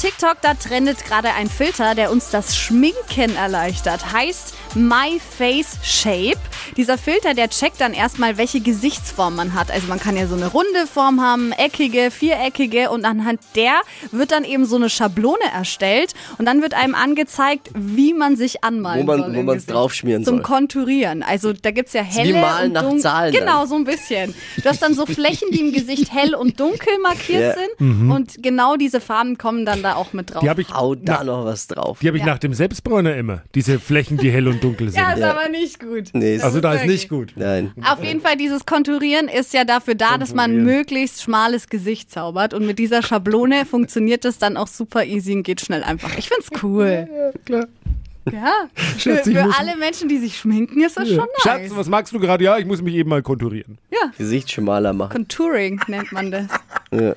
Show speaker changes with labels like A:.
A: TikTok, da trendet gerade ein Filter, der uns das Schminken erleichtert. Heißt My Face Shape. Dieser Filter, der checkt dann erstmal, welche Gesichtsform man hat. Also man kann ja so eine runde Form haben, eckige, viereckige und anhand der wird dann eben so eine Schablone erstellt und dann wird einem angeigt, wie man sich anmalen
B: Wo man-
A: soll.
B: wo
A: im
B: man's
A: Gesicht.
B: draufschmieren
A: Zum
B: soll.
A: Konturieren. Also da gibt es ja
B: wie
A: helle
B: Malen
A: und
B: nach
A: dun-
B: Zahlen dann.
A: Genau, so ein bisschen. Du hast dann so Flächen, die im Gesicht hell und dunkel markiert
B: Ja.
A: sind und genau diese Farben kommen dann da auch mit drauf.
C: Mhm. Die habe ich,
B: Hau da
C: na,
B: noch was drauf.
C: die hab ich nach dem Selbstbräuner immer. Diese Flächen, die hell und dunkel sind.
A: ja, ist
B: Ja.
A: aber nicht gut.
B: Nee,
C: also da ist
A: wirklich-
C: nicht gut.
B: nein.
A: Auf jeden Fall, dieses Konturieren ist ja dafür da, dass man
C: Konturieren.
A: möglichst schmales Gesicht zaubert. Und mit dieser Schablone funktioniert das dann auch super easy und geht schnell einfach. Ich find's cool.
C: klar.
A: Ja, für,
C: Schatz, ich
A: für
C: muss-
A: alle Menschen, die sich schminken, ist das schon nice.
C: Schatz, was magst du gerade? Ja, ich muss mich eben mal konturieren.
A: Ja,
B: Gesicht schmaler machen.
A: Contouring nennt man das.